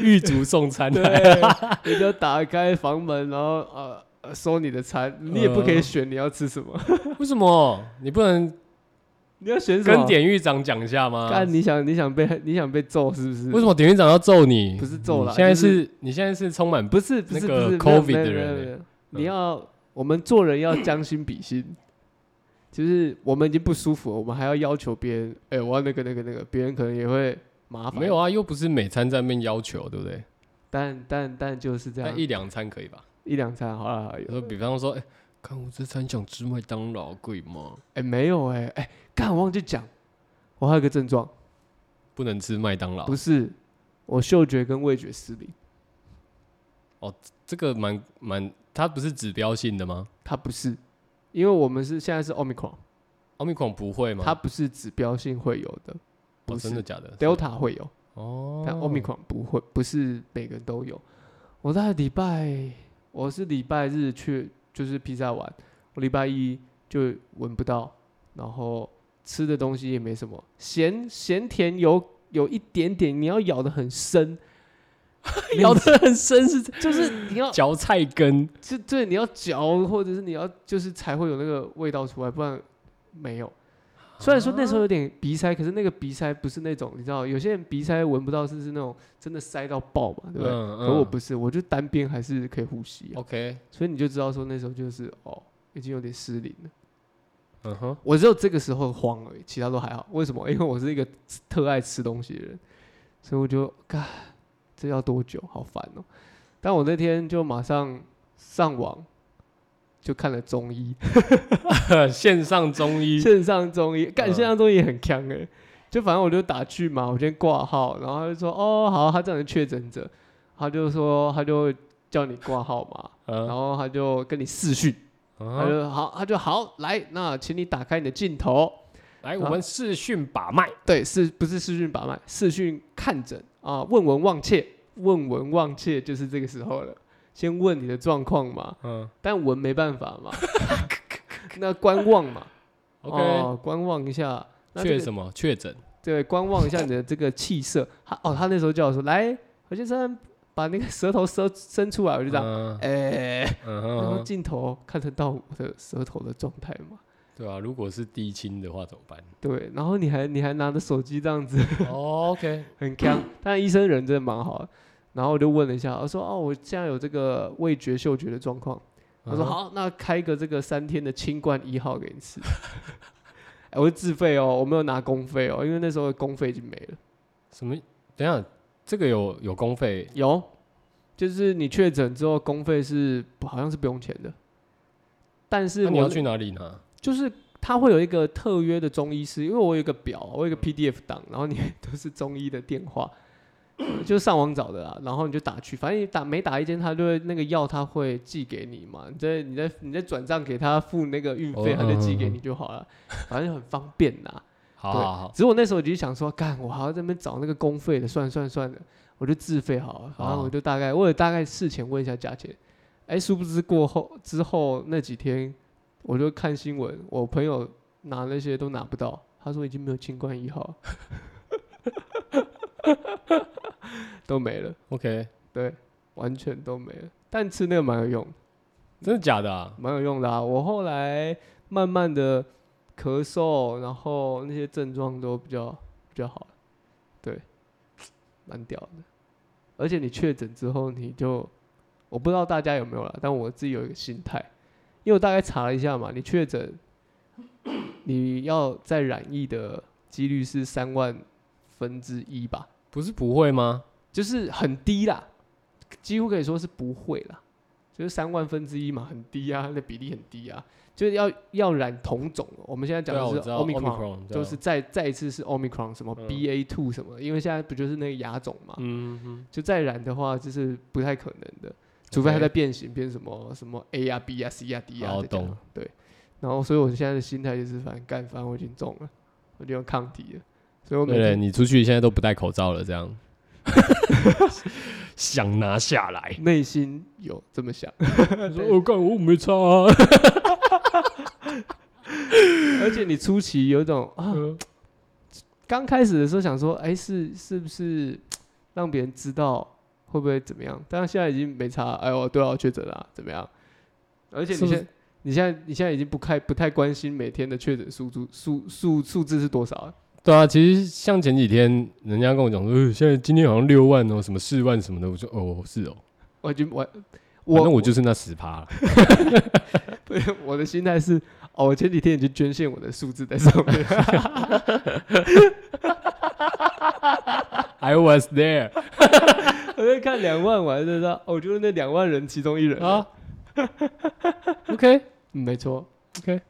A: 狱卒送！”餐
B: 对
A: 来，，
B: 你就打开房门，然后呃呃收你的餐，你也不可以选你要吃什么，
A: 为什么你不能
B: 你要选什么
A: 跟？典狱长讲一下吗？
B: 干你想你想被你想被揍是不是？
A: 为什么典狱长要揍你？
B: 不是揍啦
A: 你现在
B: 就是
A: 你现在是充满
B: 不是不
A: 那
B: 是
A: 个
B: 不是
A: COVID
B: 没有
A: 的
B: 没有
A: 人
B: 没有
A: 欸
B: 没有你要我们做人要将心比心，就是我们已经不舒服了，我们还要要求别人，哎、我要那个那个那个，别人可能也会麻烦。
A: 没有啊，又不是每餐在面要求，对不对？
B: 但但但就是这样啊
A: 但，一两餐可以吧？
B: 一两餐好了，好了
A: 有时候比方说，哎、看我这餐想吃麦当劳，贵吗？
B: 哎、没有哎、哎，干、我忘记讲，我还有个症状，
A: 不能吃麦当劳
B: 不，是我嗅觉跟味觉失灵，
A: 这个蛮蛮，它不是指标性的吗？
B: 它不是，因为我们是现在是 omicron，
A: 奥密克戎不会吗？
B: 它不是指标性会有的，不
A: 哦、
B: 是、
A: 真的假的
B: delta 会有，
A: 哦，
B: 但 omicron 不会，不是每个人都有。我在礼拜，我是礼拜日去，就是披萨玩，我礼拜一就闻不到，然后吃的东西也没什么，咸咸甜有有一点点，你要咬的很深。
A: 咬得很深是
B: 就是你要
A: 嚼菜根，
B: 就对，你要嚼，或者是你要就是才会有那个味道出来，不然没有。虽然说那时
A: 啊
B: 候有点鼻塞，可是那个鼻塞不是那种你知道，有些人鼻塞闻不到，是是那种真的塞到爆嘛，对不对？
A: 嗯哦
B: 可我不是，我就单边还是可以呼吸、啊，
A: OK，
B: 所以你就知道说那时候就是哦，已经有点失灵了。
A: 嗯哼，
B: 我只有这个时候慌而已，其他都还好。为什么？因为 我是一个特爱吃东西的人，所以我就看这要多久，好烦哦、但我那天就马上上网就看了 中医，
A: 线上中医
B: 线上中医，干
A: 嗯
B: 线上中医也很强哎、就反正我就打去嘛，我先挂号，然后他就说哦好，他这样的确诊者，他就说他就叫你挂号嘛，然
A: 嗯，
B: 后他就跟你视讯，
A: 嗯
B: 他
A: 哼
B: 就好，他就好来，那请你打开你的镜头。
A: 来我们视讯把脉，
B: 对，是不是视讯把脉？视讯看诊啊，问闻忘切，问闻忘切就是这个时候了。先问你的状况嘛，
A: 嗯
B: 但闻没办法 嘛，那观望嘛
A: ，OK，
B: 哦，观望一下，那这
A: 确
B: 个
A: 什么确诊？
B: 对，观望一下你的这个气色。他哦，他那时候叫我说，来，何先生，把那个舌头伸伸出来，我就这样，
A: 嗯
B: 哎、
A: 嗯
B: 然
A: 哼
B: 后镜头看得到我的舌头的状态嘛。
A: 对啊，如果是低清的话怎么办
B: 对，然后你还你还拿着手机这样子
A: 哦？OK，
B: 很强，但医生人真的蛮好的。然后我就问了一下，我说哦，我现在有这个味觉、嗅觉的状况。他说
A: 嗯哼，
B: 好，那开一个这个三天的清冠一号给你吃。哎，我是自费哦，我没有拿公费哦，因为那时候公费已经没了。
A: 什么？等一下这个有有公费
B: 有，就是你确诊之后，公费是好像是不用钱的，但是
A: 那
B: 我
A: 你要
B: 那
A: 去哪里拿？
B: 就是他会有一个特约的中医师，因为我有一个表，我
A: 嗯
B: 有一个 PDF 档，然后里面都是中医的电话， 就是上网找的啦。然后你就打去，反正你打每打一间，他就会那个药他会寄给你嘛。你在你在你在转账给他付那个运费，
A: 哦
B: 他就寄
A: 嗯
B: 给
A: 嗯
B: 你就好了，反正很方便呐。
A: 好
B: 对
A: 好好，
B: 只是我那时候我就想说，干，我还要在那边找那个公费的，算算算的，我就自费好了。然后
A: 哦
B: 我就大概，我有大概事前问一下价钱。哎，殊不知过后之后那几天，我就看新闻，我朋友拿那些都拿不到，他说已经没有清冠一号了， 都没了，
A: OK，
B: 对，完全都没了。但吃那个蛮有用的。
A: 真的假的啊？
B: 蛮有用的啊。我后来慢慢的咳嗽，然后那些症状都比较比较好了，对，蛮屌的。而且你确诊之后，你就我不知道大家有没有了，但我自己有一个心态，因为我大概查了一下嘛，你确诊，你要再染疫的几率是三万分之一吧，
A: 不是不会吗？
B: 就是很低啦。几乎可以说是不会啦，就是三万分之一嘛，很低啊，那比例很低啊，就是要要染同种。哦我们现在讲
A: 对啊，我
B: 的
A: 知
B: 是
A: 道 Omicron，
B: omicron，、
A: 对
B: 就
A: 啊
B: 是再再一次是 omicron 什么
A: 嗯
B: BA two 什么的，因为现在不就是那个亚种嘛，
A: 嗯哼，
B: 就再染的话就是不太可能的，除非它
A: OK
B: 在变形变什么什么 A 呀 B 呀 C 呀 D 呀
A: 好
B: 这样
A: 哦懂
B: 对，然后所以我现在的心态就是反正干，反正我已经中了，我就有抗体了，所以我每
A: 对，
B: 天
A: 你出去现在都不戴口罩了，这样想拿下来。
B: 内心有这么想。
A: 我干，我没差、啊。
B: 而且你初期有一种啊，
A: 嗯
B: 刚开始的时候想说，哎、是是不是让别人知道会不会怎么样？但是现在已经没差，哎呦，对啊，我确诊了啊、怎么样？而且你
A: 是
B: 现
A: 不
B: 在
A: 是
B: 你现在你现在已经不太不太关心每天的确诊数字数数数字是多少了，
A: 对啊，其实像前几天人家跟我讲说，呃，现在今天好像六万哦，什么四万什么的，我说哦是哦，
B: 我已经我
A: 反
B: 我
A: 正我就是那十趴啦。
B: 对我的心态是，哦，我前几天已经捐献我的数字在上面，
A: I was there
B: 我在看两万，我还在说，哦，我就是那两万人其中一人啊
A: 啊。OK
B: 嗯没错，
A: OK，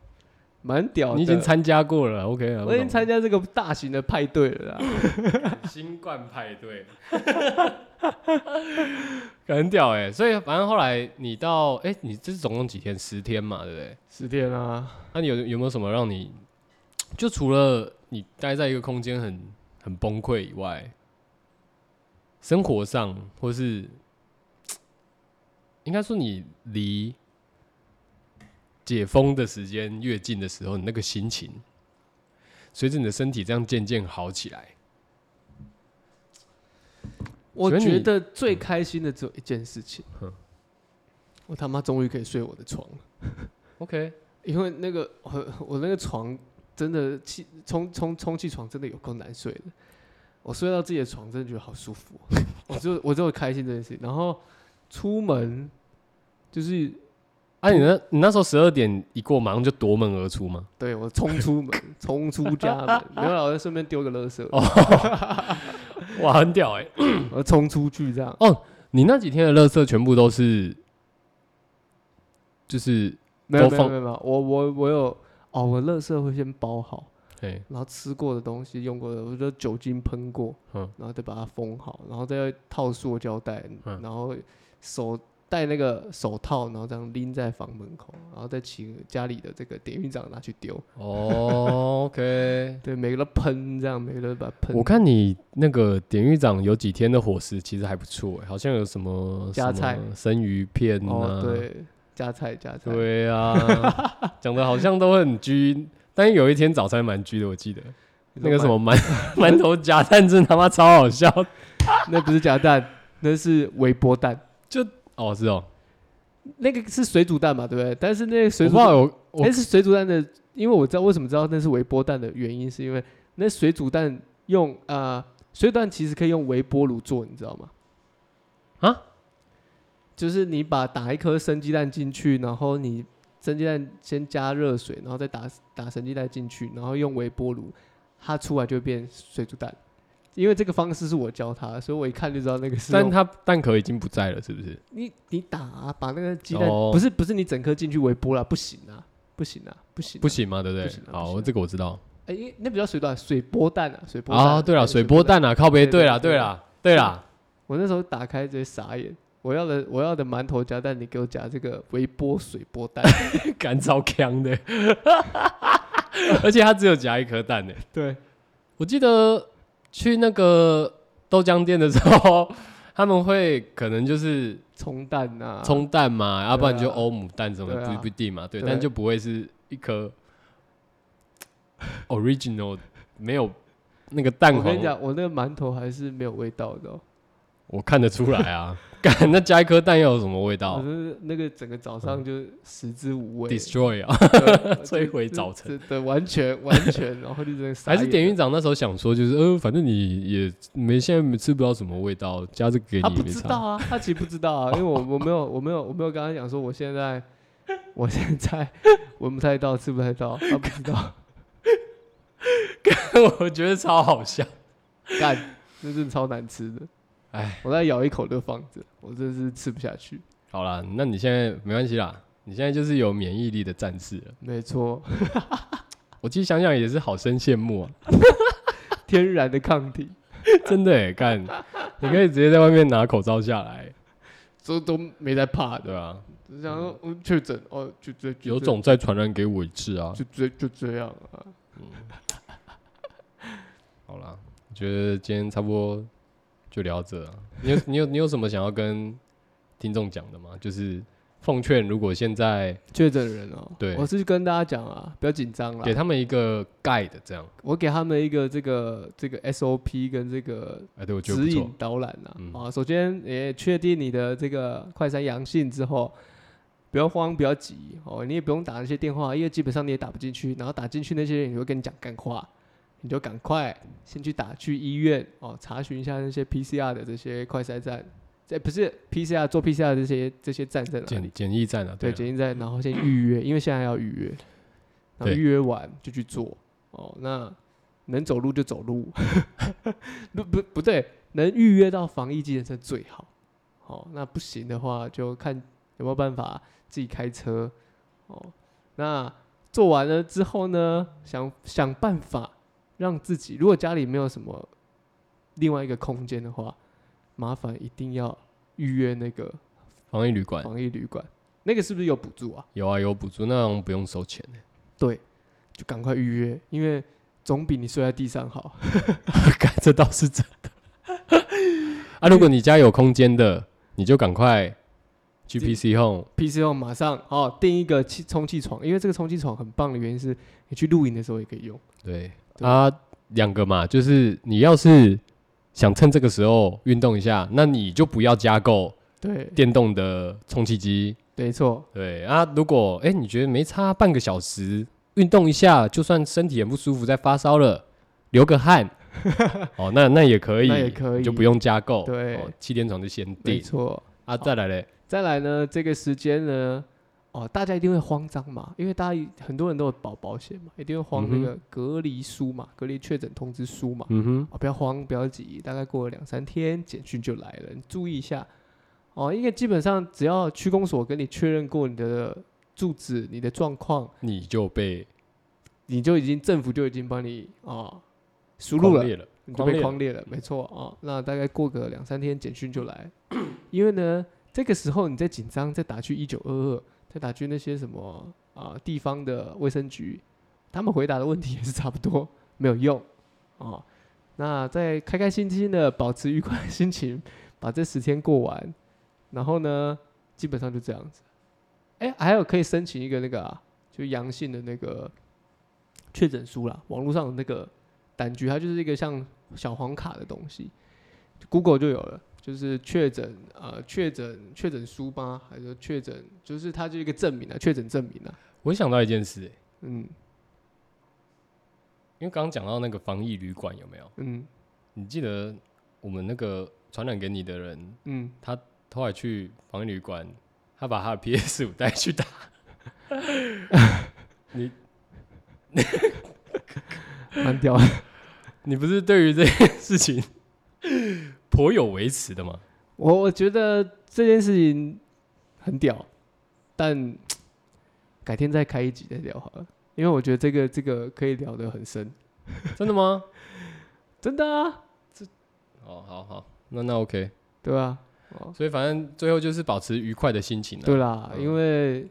B: 蛮屌的，
A: 你已经参加过了，OK 啊，
B: 我已经参加这个大型的派对了啦。
A: 新冠派对， 很屌哎、所以反正后来你到哎、你这是总共几天？十天嘛，对不对？
B: 十天啊，
A: 那、你有有没有什么让你，就除了你待在一个空间很很崩溃以外，生活上或是应该说你离解封的时间越近的时候，你那个心情随着你的身体这样渐渐好起来，
B: 我
A: 请问
B: 觉
A: 你
B: 得最开心的只有一件事情
A: 哼，
B: 我他妈终于可以睡我的床了，
A: OK，
B: 因为那个我我那个床真的气充充充气床真的有够难睡的，我睡到自己的床真的觉得好舒服哦、我就我就开心这件事情，然后出门就是
A: 啊，你那你那时候十二点一过，马上就夺门而出吗？
B: 对我冲出门，冲出家门，没有啦，我就顺便丢个垃圾，
A: 哦 哇，很屌哎、
B: 我冲出去这样。
A: 你那几天的垃圾全部都是，就是
B: 没有
A: 都
B: 没有
A: 放
B: 没有没有，我我我有哦，我垃圾会先包好，
A: 哎、
B: 然后吃过的东西、用过的，我就酒精喷过，
A: 嗯
B: 然后再把它封好，然后再套塑胶袋，
A: 嗯
B: 然后手戴那个手套，然后这样拎在房门口，然后再请家里的这个典狱长拿去丢，
A: 哦，OK。
B: 对，每个都喷这样，每个都把它 喷。
A: 我看你那个典狱长有几天的伙食其实还不错、欸，好像有什么
B: 加菜
A: 什么生鱼片啊，
B: 哦，对，加菜加菜，
A: 对 啊，讲的好像都很拘，但有一天早餐蛮拘的，我记得
B: 你
A: 那
B: 说
A: 个什
B: 买
A: 么馒 馒头夹蛋真他妈超好 笑，
B: 那不是夹蛋，那是微波蛋，
A: 哦是哦，
B: 那个是水煮蛋嘛，对不对？但是那个
A: 我
B: 水
A: 不
B: 煮
A: 知道有我
B: 但是水煮蛋的，因为我知道为什么知道那是微波蛋的原因，是因为那水煮蛋用呃水煮蛋其实可以用微波炉做，你知道吗？
A: 啊？
B: 就是你把打一颗生鸡蛋进去，然后你生鸡蛋先加热水，然后再打打生鸡蛋进去，然后用微波炉，它出来就会变水煮蛋。因为这个方式是我教他的，所以我一看就知道那个是哦
A: 但
B: 用
A: 他蛋壳已经不在了，是不是？
B: 你你打啊、把那个鸡蛋、
A: 哦
B: 不是不是你整颗进去微波了，不行啊，不行啊，不行啊、
A: 不行嘛，对不
B: 不行啊
A: 对？
B: 不
A: 好，
B: 行啊
A: 这个我知道。
B: 哎、因为那比较水短，水波蛋啊，水波蛋
A: 啊，对了，水波。蛋啊，靠背，对
B: 对对
A: 啦，
B: 对
A: 对啦，对 啦，
B: 我那时候打开直接傻眼，我要的我要的馒头夹蛋，你给我夹这个微波水波 蛋。
A: 干超强的， 而且它只有夹一颗蛋呢。
B: 对，
A: 我记得去那个豆浆店的时候， 他们会可能就是
B: 冲蛋啊，
A: 冲蛋嘛，要不然就
B: 对啊
A: 欧姆蛋什么
B: 对
A: 的，
B: 啊
A: 不不一定嘛，对，
B: 对
A: 但就不会是一 颗 original 没有那个蛋
B: 我跟
A: 黄
B: 你，讲，我那个馒头还是没有味道的、哦，
A: 我看得出来啊。干，那加一颗蛋又有什么味
B: 我
A: 道
B: 就是那个整个早上就食之无
A: 哦
B: 味，
A: 嗯？Destroy 啊！
B: 对
A: 摧毁早晨，
B: 对对，完全完全，然后就 真的傻
A: 还
B: 眼
A: 是典狱长那时候想说，就是呃，反正你也没现在没吃不到什么味道，加这个给
B: 他
A: 你也
B: 不
A: 没
B: 知
A: 差。
B: 道啊，他其实不知道啊，因为我我没有我没有我没有跟他讲说我现在我现在 闻不太到吃不太到，他不知道。
A: 我觉得超好笑。
B: 干，那真的超难吃的。
A: 哎，
B: 我再咬一口就放着，我真是吃不下去。
A: 好啦，那你现在没关系啦，你现在就是有免疫力的战士了。
B: 没错，
A: 我其实想想也是好生羡慕啊，
B: 天然的抗体，
A: 真的哎，干，你可以直接在外面拿口罩下来，
B: 都都没在怕的。
A: 对吧、
B: 只想说，嗯，确诊哦，就这就
A: 有
B: 这
A: 种再传染给我一次啊。
B: 就这就这样啊。
A: 好啦，我觉得今天差不多就聊这啊。你有你有你有什么想要跟听众讲的吗？就是奉劝，如果现在
B: 确诊人哦，
A: 对
B: 我是跟大家讲啊，不要紧张啦
A: 给。他们一个 guide 这样，
B: 我给他们一个这个这个 SOP 跟这个
A: 哎，对我觉得不
B: 指
A: 错
B: 引。导览啊。
A: 嗯
B: 啊，首先也确定你的这个快筛阳性之后，不要慌，不要急哦，你也不用打那些电话，因为基本上你也打不进去，然后打进去那些人也会跟你讲干话，你就赶快先去打去医院哦，查询一下那些 PCR 的这些快筛站，这不是 PCR 做 PCR 的这些这些站在哪里
A: 简？简易站啊，
B: 对，
A: 啊
B: 检疫站，然后先预 约，因为现在要预约，然后
A: 对
B: 预约完就去做。哦，那能走路就走路， 不不不对，能预约到防疫计程车最好。哦，那不行的话就看有没有办法自己开车。哦，那做完了之后呢，想想办法让自己，如果家里没有什么另外一个空间的话，麻烦一定要预约那个
A: 防疫旅馆
B: 防疫旅馆，那个是不是有补助啊？
A: 有啊有补助，那我们不用收钱 欸
B: 对，就赶快预约，因为总比你睡在地上好。
A: 干这倒是真的。 啊，如果你家有空间的，你就赶快去
B: 这
A: PC Home，
B: PCO 马上哦，订一个气充气床，因为这个充气床很棒的原因是，你去露营的时候也可以用。
A: 对啊，两个嘛，就是你要是想趁这个时候运动一下，那你就不要加购
B: 对，
A: 电动的充气机。
B: 没错，
A: 对啊，如果哎、你觉得没差半个小时运动一下，就算身体很不舒服，在发烧了，流个 汗，哦，那那也可以，
B: 那也可以
A: 就不用加购。
B: 对
A: 哦气垫床就先
B: 没
A: 定
B: 错。
A: 啊，
B: 好
A: 再来嘞，
B: 再来呢，这个时间呢，哦，大家一定会慌张嘛，因为大家很多人都有保保险嘛，一定会慌那
A: 嗯哼
B: 个隔离书嘛，隔离确诊通知书嘛。
A: 嗯哼，
B: 啊，不要慌，不要急，大概过了两三天，简讯就来了，你注意一下哦。因为基本上只要区公所跟你确认过你的住址、你的状况，
A: 你就被
B: 你就已经政府就已经帮你啊输入
A: 狂
B: 了，
A: 列了，
B: 你就被
A: 狂
B: 框列了，没错啊、那大概过个两三天，简讯就来， 因为呢，这个时候你再紧张，再打去一九二二，再打去那些什么啊、地方的卫生局，他们回答的问题也是差不多，没有用啊、那再开开心心的保持愉快的心情，把这十天过完，然后呢，基本上就这样子。哎，还有可以申请一个那个、啊、就阳性的那个确诊书啦，网络上有那个单据，它就是一个像小黄卡的东西，Google 就有了，就是确诊呃确诊确诊书吗？还是确诊就是它就一个证明啊，确诊证明啊，
A: 我想到一件事、欸
B: 嗯
A: 因为刚刚讲到那个防疫旅馆有没有？
B: 嗯
A: 你记得我们那个传染给你的人，
B: 嗯，
A: 后来去防疫旅馆，他把他的 PS 五带去打。你
B: 蛮屌的，
A: 你不是对于这件事情颇有微词的吗？
B: 我我觉得这件事情很屌，但改天再开一集再聊好了，因为我觉得这个这个可以聊得很深，
A: 真的吗？
B: 真的啊，
A: 哦，好好，那那 OK。
B: 对吧、哦，
A: 所以反正最后就是保持愉快的心情、啊。
B: 对啦，
A: 嗯
B: 因为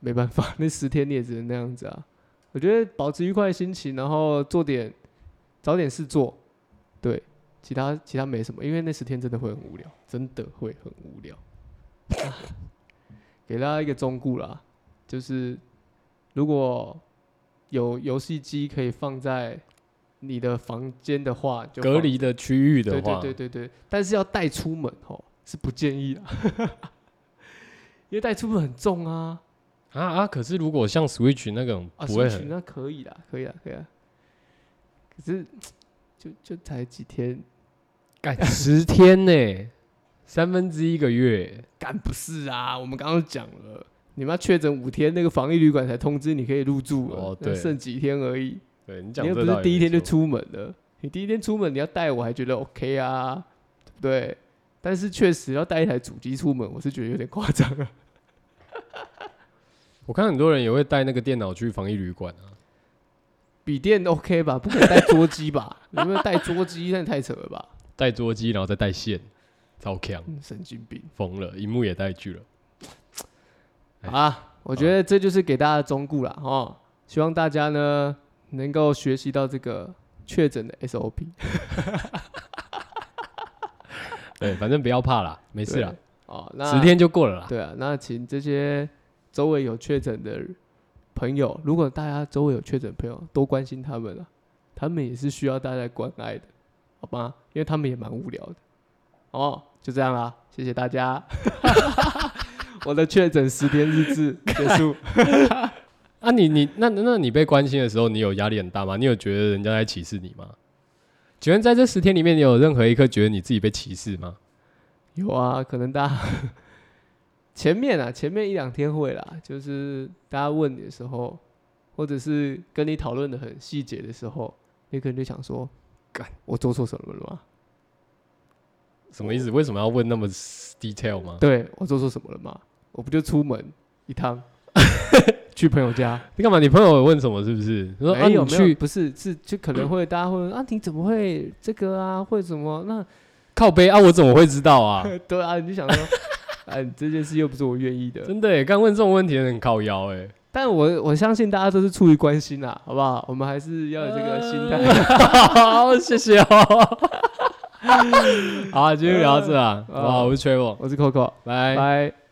B: 没办法， 那十天你也只能那样子啊。我觉得保持愉快的心情，然后做点找点事做，对，其他其他没什么，因为那十天真的会很无聊，真的会很无聊。 给大家一个忠告啦，就是如果有游戏机可以放在你的房间的话，就
A: 隔
B: 放
A: 离的区域的话，
B: 对对对对对，但是要带出门哦，是不建议的， 因为带出门很重啊。
A: 啊啊！可是如果像 Switch 那种
B: 啊，
A: 不会
B: Switch
A: 很，
B: 那可以啦，可以啦，啊可以啦。可是就就才几天，
A: 干 十天呢、三分之一个月，
B: 干不是啊？我们刚刚讲了，你们要确诊五天，那个防疫旅馆才通知你可以入住了，
A: 哦
B: 那
A: 对
B: 剩几天而已。
A: 对你
B: 你
A: 讲
B: 又
A: 这
B: 不
A: 倒
B: 是
A: 也
B: 第一
A: 没
B: 天就
A: 错
B: 出门了，你第一天出门你要带我还觉得 OK 啊，对，但是确实要带一台主机出门，我是觉得有点夸张啊。
A: 我看很多人也会带那个电脑去防疫旅馆啊。
B: 笔电 OK 吧？不可能带桌机吧？ 有没有带桌机？那也太扯了吧！
A: 带桌机，然后再带线，超强，
B: 嗯神经病
A: 疯了，荧幕也带去了。哎
B: 啊！我觉得这就是给大家的忠告啦，哦，希望大家呢能够学习到这个确诊的 SOP。
A: 对，反正不要怕啦，没事啦
B: 对，哦，那
A: 十天就过了啦。
B: 对啊，那请这些周围有确诊的朋友，如果大家周围有确诊的朋友，多关心他们啊，他们也是需要大家关爱的，好吗？因为他们也蛮无聊的。哦，就这样啦，谢谢大家。我的确诊十天日志结束。
A: 啊你，你那那你被关心的时候，你有压力很大吗？你有觉得人家在歧视你吗？请问在这十天里面，你有任何一刻觉得你自己被歧视吗？
B: 有啊，可能大家 前面啊，前面一两天会啦，就是大家问你的时候，或者是跟你讨论的很细节的时候，你可能就想说，干，我做错什么了吗？
A: 什么意思？为什么要问那么 detail 吗？
B: 对我做错什么了吗？我不就出门一趟 去朋友家？
A: 你干嘛？你朋友有问什么？是不是？你说啊，
B: 没有
A: 你
B: 没有，
A: 去
B: 不是是就可能会大家会 问啊，你怎么会这个啊？会什么？那
A: 靠背啊，我怎么会知道 啊？
B: 对啊，你就想 说，哎，这件事又不是我愿意的。
A: 真的耶，刚问这种问题的人很靠腰哎。
B: 但我我相信大家都是出于关心啦，好不好？我们还是要有这个心态。
A: 好，谢谢哦。 好，今天就聊到这啊，啊
B: 呃
A: 好，我是 Travel，
B: 我是 Coco，
A: 拜。
B: 拜。